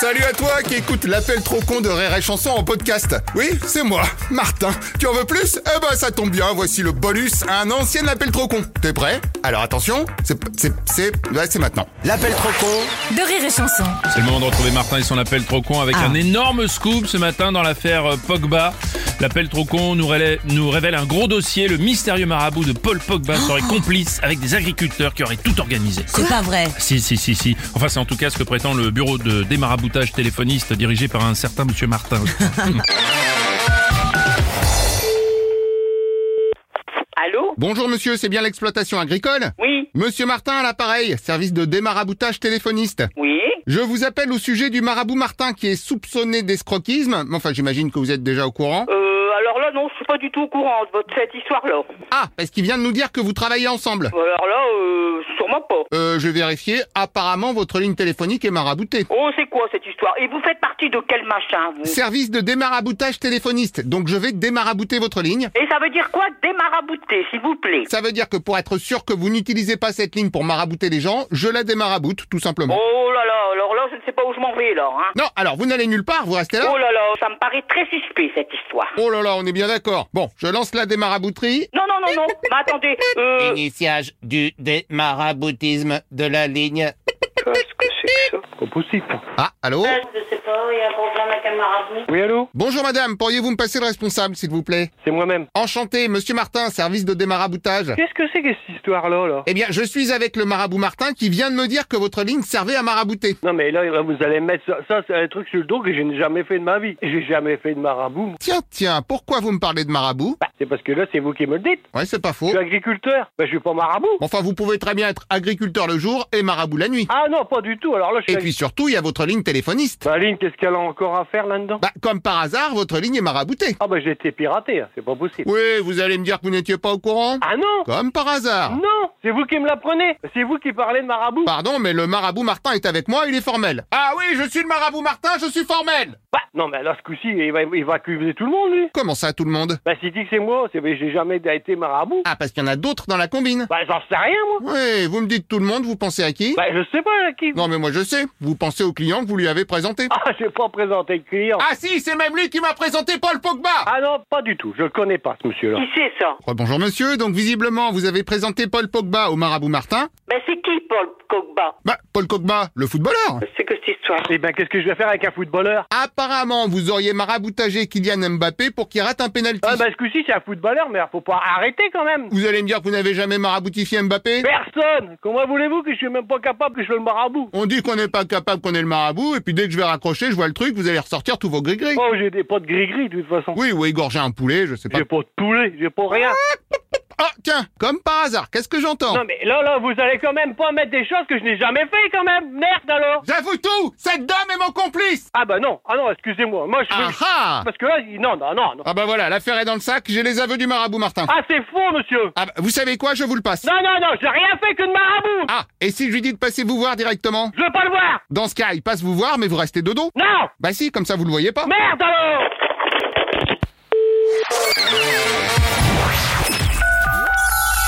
Salut à toi qui écoute l'appel trop con de Rire et Chanson en podcast. Oui, c'est moi, Martin. Tu en veux plus Eh ben ça tombe bien, voici le bonus à un ancien appel trop con. T'es prêt Alors attention, c'est c'est c'est ouais, c'est maintenant. L'appel trop con de rire et chanson. C'est le moment de retrouver Martin et son appel trop con avec un énorme scoop ce matin dans l'affaire euh, Pogba. L'appel trop con nous, révèle- nous révèle un gros dossier. Le mystérieux marabout de Paul Pogba serait complice avec des agriculteurs qui auraient tout organisé. C'est pas vrai. Si, si, si, si. Enfin, c'est en tout cas ce que prétend le bureau de démaraboutage téléphoniste dirigé par un certain monsieur Martin. Allô Bonjour monsieur, c'est bien l'exploitation agricole Oui, Monsieur Martin à l'appareil, service de démaraboutage téléphoniste. oui. Je vous appelle au sujet du marabout Martin qui est soupçonné d'escroquisme. Mais Enfin, j'imagine que vous êtes déjà au courant. Euh, alors là, non, je suis pas du tout au courant de votre, cette histoire-là. Ah, parce qu'il vient de nous dire que vous travaillez ensemble. Alors là, euh, sûrement pas. Euh, je vais vérifier. Apparemment, votre ligne téléphonique est maraboutée. Oh, c'est quoi cette histoire Et vous faites partie de quel machin, vous Service de démaraboutage téléphoniste. Donc, je vais démarabouter votre ligne. Et ça veut dire quoi Démarabouter, s'il vous plaît. Ça veut dire que pour être sûr que vous n'utilisez pas cette ligne pour marabouter les gens, je la démaraboute, tout simplement. Oh là là, alors là, je ne sais pas où je m'en vais, là, hein. Non, alors, vous n'allez nulle part, vous restez là. Oh là là, ça me paraît très suspect, cette histoire. Oh là là, on est bien d'accord. Bon, je lance la démarabouterie. Non, non, non, non, mais attendez, euh... Initiage du démaraboutisme de la ligne. Qu'est-ce que c'est que ça Pas possible. Ah, allô Je sais pas, il y a un problème avec un marabout. Oui, allô Bonjour madame, pourriez-vous me passer le responsable, s'il vous plaît C'est moi-même. Enchanté, monsieur Martin, service de démaraboutage. Qu'est-ce que c'est que cette histoire-là, là Eh bien, je suis avec le marabout Martin qui vient de me dire que votre ligne servait à marabouter. Non, mais là, là, vous allez mettre ça. Ça, c'est un truc sur le dos que je n'ai jamais fait de ma vie. J'ai jamais fait de marabout. moi. Tiens, tiens, pourquoi vous me parlez de marabout Bah, c'est parce que là, c'est vous qui me le dites. Ouais, c'est pas Je faux. suis agriculteur. Bah, je suis pas marabout. Enfin, vous pouvez très bien être agriculteur le jour et marabout la nuit. Ah non, pas du tout. Alors là, je Et suis. puis surtout, il y a votre ligne téléphoniste. Aline, qu'est-ce qu'elle a encore à faire là-dedans Bah, comme par hasard, votre ligne est maraboutée. Ah, bah, j'ai été piraté. hein. C'est pas possible. Oui, vous allez me dire que vous n'étiez pas au courant Ah non Comme par hasard. Non C'est vous qui me l'apprenez. C'est vous qui parlez de marabout. Pardon, mais le marabout Martin est avec moi, il est formel. Ah oui, je suis le marabout Martin, je suis formel Bah, non, mais là, ce coup-ci, il va, il va accuser tout le monde, lui. Comment ça, tout le monde Bah, s'il dit que c'est moi, c'est j'ai jamais été marabout. Ah, parce qu'il y en a d'autres dans la combine. Bah, j'en sais rien, moi. Oui, vous me dites tout le monde, vous pensez à qui Bah, je sais pas à qui. Non, mais moi je sais, vous pensez au client que vous lui avez présenté. Ah, j'ai pas présenté le client. Ah si, c'est même lui qui m'a présenté Paul Pogba Ah non, pas du tout. Je le connais pas, ce monsieur-là. qui c'est, ça Bonjour monsieur, donc visiblement vous avez présenté Paul Pogba au marabout Martin. Ben, c'est qui, Paul Pogba Bah, Paul Pogba, le footballeur C'est que cette histoire Eh ben, qu'est-ce que je vais faire avec un footballeur Apparemment, vous auriez maraboutagé Kylian Mbappé pour qu'il rate un penalty. Ah, ben, ce coup-ci, c'est un footballeur, mais alors, faut pas arrêter quand même. Vous allez me dire que vous n'avez jamais maraboutifié Mbappé Personne Comment voulez-vous que je suis même pas capable que je sois le marabout On dit qu'on n'est pas capable qu'on est le marabout, et puis dès que je vais raccrocher, je vois le truc, vous allez ressortir tous vos gris-gris. Oh, j'ai des potes gris-gris, de toute façon. Oui, ou égorger un poulet, je sais pas. J'ai pas de poulet, j'ai pas rien. Ah, tiens, comme par hasard, qu'est-ce que j'entends Non, mais là, là, vous allez quand même pas mettre des choses que je n'ai jamais fait quand même. Merde, alors J'avoue tout Cette dame est mon complice Ah, bah non, ah non, excusez-moi. Moi, je Ah ah Parce que là, il- non, non, non, non. Ah bah voilà, l'affaire est dans le sac, j'ai les aveux du marabout Martin. Ah, c'est faux, monsieur Ah bah, vous savez quoi, je vous le passe. Non, non, non, j'ai rien fait que de marabout Ah, et si je lui dis de passer vous voir directement Je veux pas le voir Dans ce cas, il passe vous voir, mais vous restez de dos Non Bah si, comme ça vous le voyez pas. Merde, alors